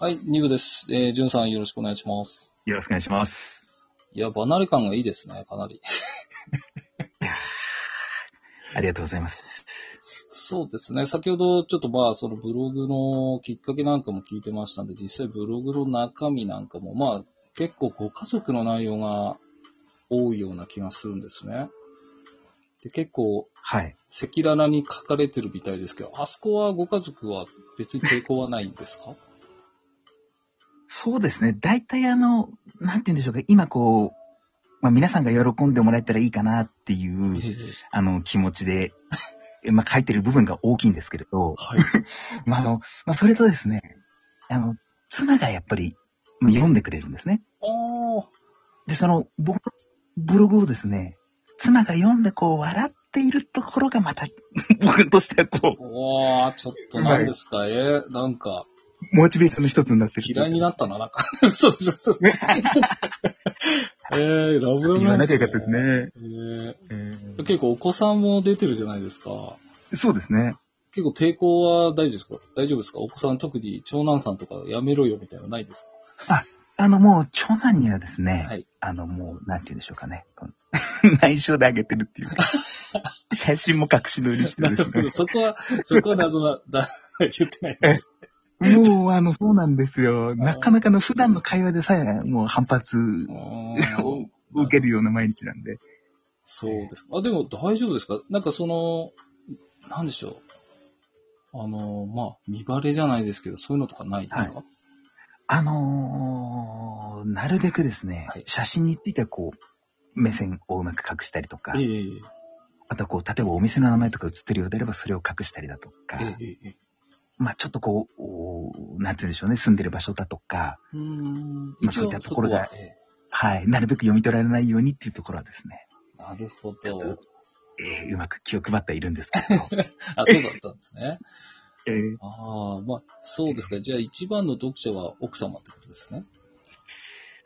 はい、2部です。えー、じゅんさんよろしくお願いします。よろしくお願いします。いや、離れ感がいいですね、かなり。 ありがとうございます。そうですね、先ほどちょっとまあ、そのブログのきっかけなんかも聞いてましたんで、実際ブログの中身なんかも、まあ、結構ご家族の内容が多いような気がするんですね。で、結構、はい。赤裸々に書かれてるみたいですけど、あそこはご家族は別に抵抗はないんですかそうですね。大体あの、なんて言うんでしょうか。今こう、まあ皆さんが喜んでもらえたらいいかなっていうえ、えあの、気持ちで、 まあ書いてる部分が大きいんですけれど、はい。まああの、まあそれとですね、あの、妻がやっぱりまあ読んでくれるんですね。ああ、で、その、僕のブログをですね、妻が読んでこう笑っているところがまた、 僕としてはこおー、ちょっと何ですか、えーなんか、う、モチベーションの一つになってる。嫌いになったな、なん か。そうそうそう。 えー、ラブラブ言わんなすよきゃよかったです。ね。ええー、結構お子さんも出てるじゃないですか。ーそうですね。結構抵抗は大丈夫ですか大丈夫ですかお子さん特に長男さんとかやめろよみたいなのないですかあの、もう、長男にはですね、はい あの、もう、なんて言うんでしょうかね。 この内緒であげてるっ ていうか、写真も隠し撮りしてなるるほど。でそこは、そこは謎な、だ、言ってないです。 すね。もう、あの、そうなんですよ。なかなかの普段の会話でさえ、もう反発うをーん受けるような毎日なんで。そうですか。あ、でも大丈夫ですかなんかその、なんでしょう。あの、まあ、見バレじゃないですけど、そういうのとかないですか、あのー、なるべくですね、はい写真についてはこう、目線をうまく隠したりとか、ええあとはこう、例えばお店の名前とか写ってるようであればそれを隠したりだとか、ええええええまあちょっとこう、おーなんて言うんでしょうね、住んでる場所だとか、うーんまあそういったところがそはえはい。なるべく読み取られないようにっていうところはですね、えなるほど。えーうまく気を配っているんですけど。 あ、そうだったんですね。えーああ、まあ、そうですか。じゃあ、一番の読者は奥様ってことですね。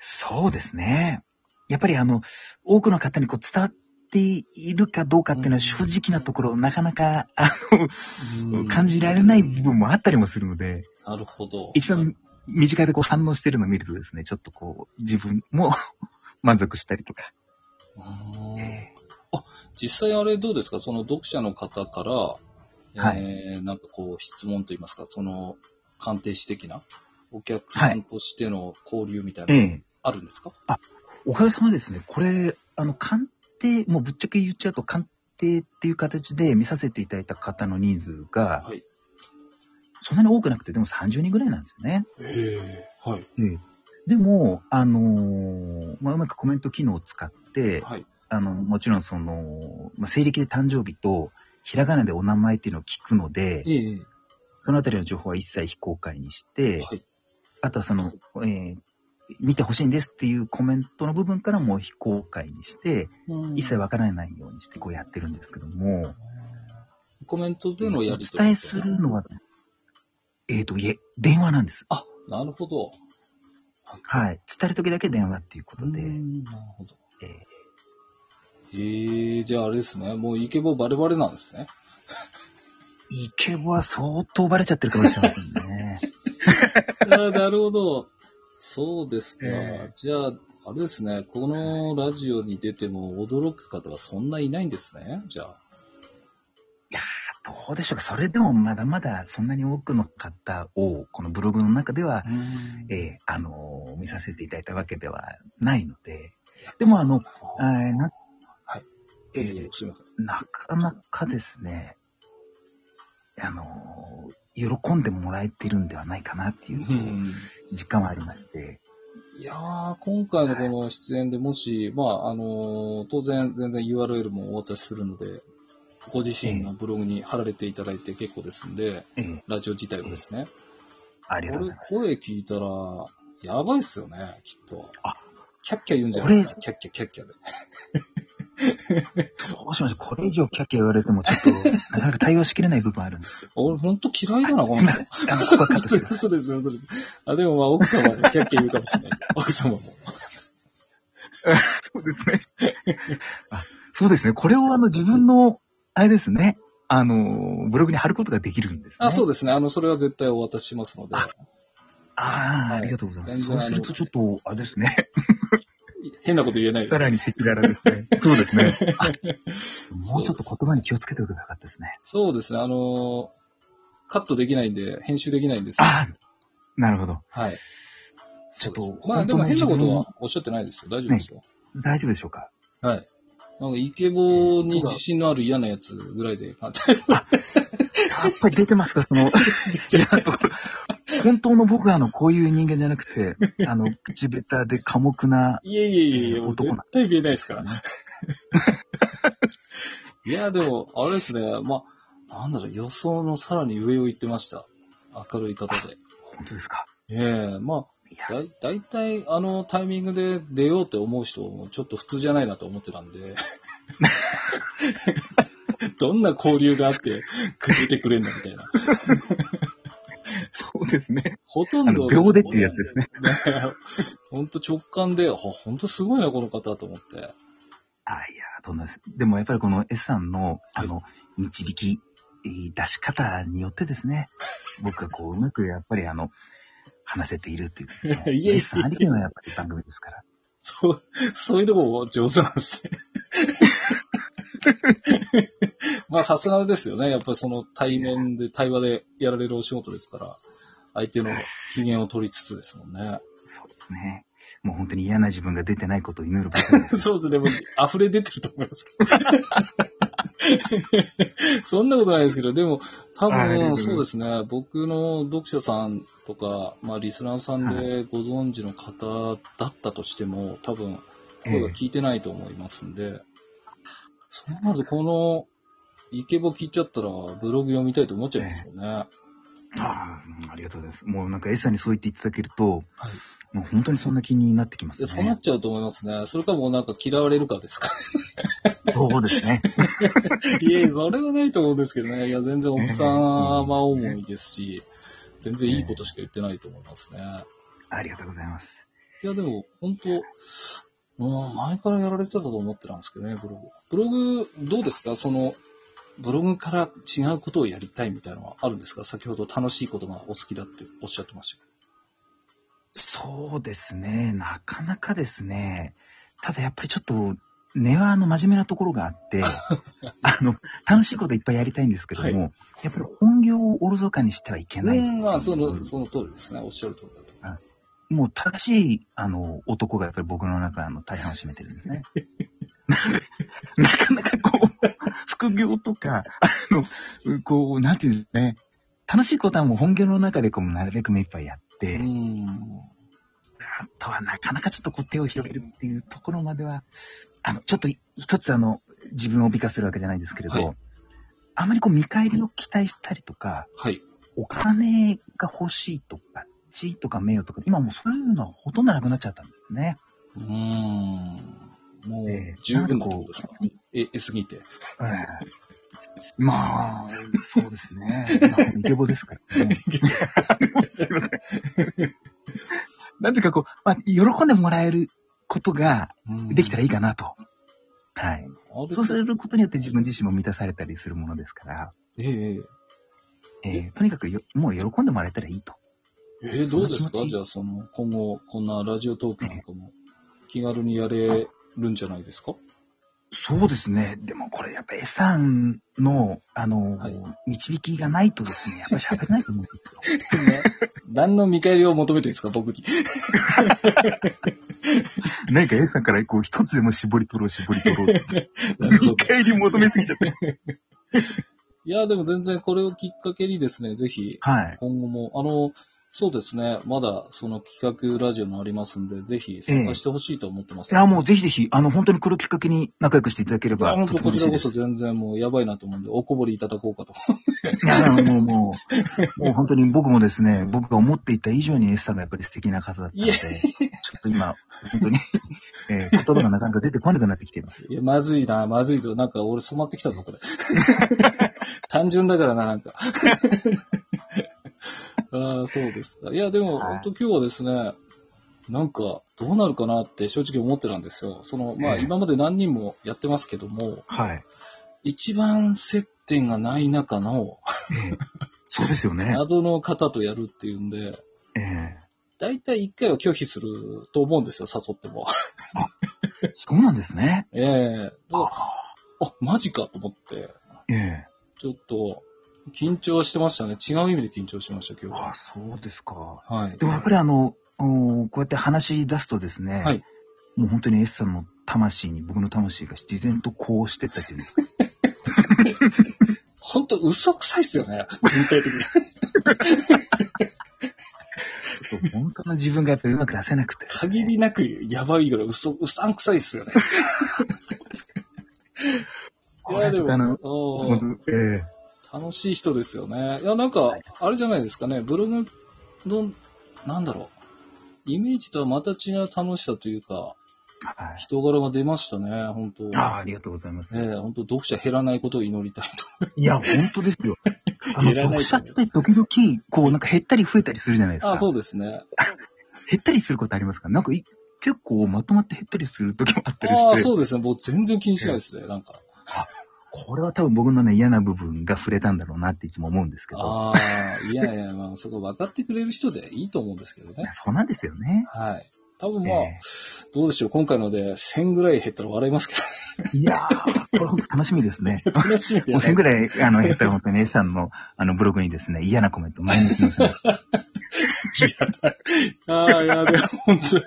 そうですね。やっぱりあの、多くの方にこう伝わっているかどうかっていうのは正直なところ、なかなか、あの、感じられない部分もあったりもするので、なるほど。一番身近でこう反応してるのを見るとですね、ちょっとこう、自分も 満足したりとか。うーん実際あれどうですかその読者の方から、はえーなんかこう質問といいますか、その鑑定士的なお客さんとしての交流みたいなえのえあるんですか、おかげさまでですね、これ、あの、鑑定、もうぶっちゃけ言っちゃうと、鑑定っていう形で見させていただいた方の人数が、はい。そんなに多くなくて、でも30人ぐらいなんですよね。ええはい。でも、あのーまあ、うまくコメント機能を使って、はい。あの、もちろんその、まあ、西暦で誕生日と、ひらがなでお名前っていうのを聞くので、ええそのあたりの情報は一切非公開にして、はい。あとはその、えー見てほしいんですっていうコメントの部分からも非公開にして、うん一切わからないようにしてこうやってるんですけども、コメントでのやり取おり。伝えするのは、えっ、と、いえ、電話なんです。あ、なるほど。はい。はい。伝える時だけ電話っていうことで、うーえんなるほど。ーえー、じゃああれですね。もうイケボバレバレなんですね。イケボは相当バレちゃってるかもしれません ね。あーなるほど。そうですか。えじゃあ、あれですね。このラジオに出ても驚く方はそんないないんですね。じゃあ。どうでしょうか。それでもまだまだそんなに多くの方を、このブログの中では、えーあのー見させていただいたわけではないので、でもあの、あーあなえーすいません。なかなかですね、あのー、喜んでもらえてるんではないかなっていううん実感はありまして、いやー、今回のこの出演でもし、まあ、あのー当然、全然 URL もお渡しするので、ご自身のブログに貼られていただいて結構ですんで、ええラジオ自体をですね。ありがことれうございます。声聞いたら、やばいっすよね、きっと。あキャッキャ言うんじゃないですか、こキャッキャキャッキャで。どうしましょう。これ以上キャッキャ言われても、ち ょっと、なかなか対応しきれない部分あるんですけど。俺、ほんと嫌いだな、こ のすいま人。せんあの、ここはカットしてくださいそうですよ、そうです。あ、でもまあ、奥様もキャッキャ言うかもしれないです。 奥様も。そうですね。あそうですね。これをあの自分の、あれですね。あの、ブログに貼ることができるんですね。あ、そうでですね。あの、それは絶対お渡ししますので。あああ、はいありがとうございます。全そ然うするとちょっと、あれですね。変なこと言えないですさ。らに赤裸々ですね。 そうですね。もうちょっと言葉に気をつけておいてくださかったですね。そうですね、あのーカットできないんで、編集できないんですよ。ああ、なるほど。はい。ちょっそうですと、まあ本で当もの変なこと自分はおっしゃってないですよ。大丈夫ですよ。大丈夫でしょうかはい。なんか、イケボに自信のある嫌なやつぐらいで感じやっぱり出てますか、 その、嫌なところ。本当の僕は、あの、こういう人間じゃなくて、あの、口下手で寡黙な、いやいやいやいや、もう男絶な対見えないです から。いや、でも、あれですね、まあ、なんだろう、予想のさらに上を行ってました。明るい方で。本当ですか。ええまいあ、や、だい、だいたいあのタイミングで出ようって思う人もちょっと普通じゃないなと思ってたん で。どんな交流があって、くれてくれんのみたいな。そうですね。ほとあんどの、。秒でっていうやつですね。 ね。ほんと直感で、あほんとすごいな、この方と思って。あ、いや、どんなです。でも、やっぱりこの S さんの、はあい。の、導き、えー出し方によってですね、僕がこう、うまく、やっぱりあの、話せているっていう、ねいやいや S さんありきのやっぱり番組ですから。そう、そういうとこも上手なんですね。まあ、さすがですよね。やっぱりその対面で、対話でやられるお仕事ですから、相手の機嫌を取りつつですもんね。そうですね。もう本当に嫌な自分が出てないことを祈るば かりです。そうですね。もう溢れ出てると思いますけど。 そんなことないですけど、でも、多あありがと分うございますそうですね。僕の読者さんとか、まあ、リスナーさんでご存知の方だったとしても、多分、声が聞いてないと思いますんで、そうなると、この、イケボ聞いちゃったら、ブログ読みたいと思っちゃいますよね。ああ、ありがとうございます。もうなんか S さんにそう言っていただけると、はいもう本当にそんな気になってきまいすやね。そうなっちゃうと思いますね。それかもうなんか嫌われるかですか。そうですね。いえ、それはないと思うんですけどね。いや、全然奥様思いですし、全然いいことしか言ってないと思いますね。ありがとうございます。いや、でも、本当もう前からやられてたと思ってたんですけどね、ブログ。ブログ、どうですかその、ブログから違うことをやりたいみたいなのはあるんですか先ほど楽しいことがお好きだっておっしゃってましたけそうですね。なかなかですね。ただやっぱりちょっと、根はあの真面目なところがあって、あの、楽しいこといっぱいやりたいんですけども、やっぱり本業をおろそかにしてはいけど。なうい。ん、まあ、その、その通りですね。おっしゃる通りだと。もう正しい、あの、男がやっぱり僕の中の大半を占めてるんですね。なかなかこう、副業とか、あの、こう、なんていうんですかね、楽しいことはもう本業の中でこう、なるべく目いっぱいやって、うん。あとはなかなかちょっとこう手を広げるっていうところまでは、あの、ちょっと一つあの、自分を美化するわけじゃないですけれど、はあまりこう見返りを期待したりとか、はい。お金が欲しいとか、地位とか名誉とか、今もうそういうのはほとんどなくなっちゃったんですね。うーん。もうええ、十分なってことですか、なんかこえ、えすぎて。うええまあ、そうですね。まあイケボですから ね。なんていうかこう、まあ、喜んでもらえることができたらいい。いいかなと。はい。あれそうすることによって自分自身も満たされたりするものですから、えええーとにかくよもう喜んでもらえたらいいと。えーどうですそんな気持かちじゃあ、その、今後、こんなラジオトークなんかも、気軽にやれるんじゃないですかそうですね。でもこれやっぱ S さんの、あの、はい導きがないとですね、やっぱり喋れないと思うんですよ。 何の見返りを求めてるんですか僕 に。なんか S さんからこう一つでも絞り取ろう、絞り取 ろう。なるほど返り求めすぎちゃって。いや、でも全然これをきっかけにですね、ぜひ、はい。今後も、あの、そうですね、まだその企画ラジオもありますんで、ぜひ参加してほしいと思ってます。いや、もうぜひぜひ、あの、本当にこれをきっかけに仲良くしていただけれいやば、本と当てもこち嬉しらいでこそ。す全然もうやばいなと思うんで、おこぼれいただこうかと。いや、もう、もう、もう本当に僕もですね、僕が思っていた以上に S さんがやっぱり素敵な方だったのいえで、ちょっと今、本当に、えー言葉がなかなか出てこなくなってきています。いや、まずいな、まずいぞ。なんか俺染まってきた ぞ、これ。単純だからな、なんか。ああ、そうですか。いや、でも、はい本当今日はですね、なんか、どうなるかなって正直思ってたんですよ。その、まあ、ええ今まで何人もやってますけども、はい。一番接点がない中のそうですよね。謎の方とやるっていうんで、ええ大体一回は拒否すると思うんですよ、誘って も。そうなんですね。ええああ、マジかと思って、ええ。ちょっと、緊張してましたね。違う意味で緊張しました、今日は。あそうですか。はい。でもやっぱりあの、おーこうやって話し出すとですね、はいもう本当に S さんの魂に、僕の魂が自然とこうしてったっていう。本当嘘くさいっすよね、全体 的に。そう本当の自分がやっぱりうまく出せなくて。限りなくやばいぐらい嘘、うさんくさいっす よね。これはちょっとあの、おー本当ええ楽しい人ですよね。いや、なんか、あれじゃないですかね、ブログの、なんだろう、イメージとはまた違う楽しさというか、はい人柄が出ましたね、本当ああ、ありがとうございます。ええ本当読者減らないことを祈りたいと。いや、本当です よ。あの、いらない読と者思っうて時々、こう、なんか減ったり増えたりするじゃないですか。あ、 そうですね。減ったりすることありますかなんかい、結構まとまって減ったりする時もあったりああ、して。そうですね。もう全然気にしないですね、なんか。これは多分僕のね、嫌な部分が触れたんだろうなっていつも思うんですけど。ああ、いやいや、まあ、そこ分かってくれる人でいいと思うんですけどね。そうなんですよね。はい。多分まあ、えどうでしょう、今回ので1000ぐらい減ったら笑いますけえいやー、これ本当楽しみですね。ど、楽しみでもう1000 ぐい。らい、あの、減ったら本当に A さんの、あの、ブログにですね、嫌なコメント毎日載せます。 ああ、いや、でも本当に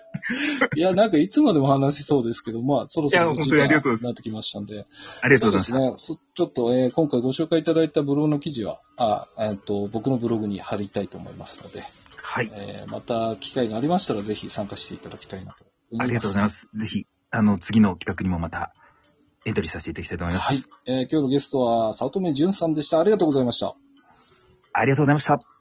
いや、なんかいつまでも話しそうですけど、まあ、そろそいろや本時当にあ間りがとうございますになってきましたんで。ありがとうございます。そうですね。そちょっと、えー今回ご紹介いただいたブログの記事は、あ、えっと、僕のブログに貼りたいと思いますので、はい。えーまた機会がありましたらぜひ参加していただきたいなと思います。ありがとうございます。ぜひ、あの、次の企画にもまた、エントリーさせていただきたいと思います。はい。えー今日のゲストは、早乙女淳さんでした。ありがとうございました。ありがとうございました。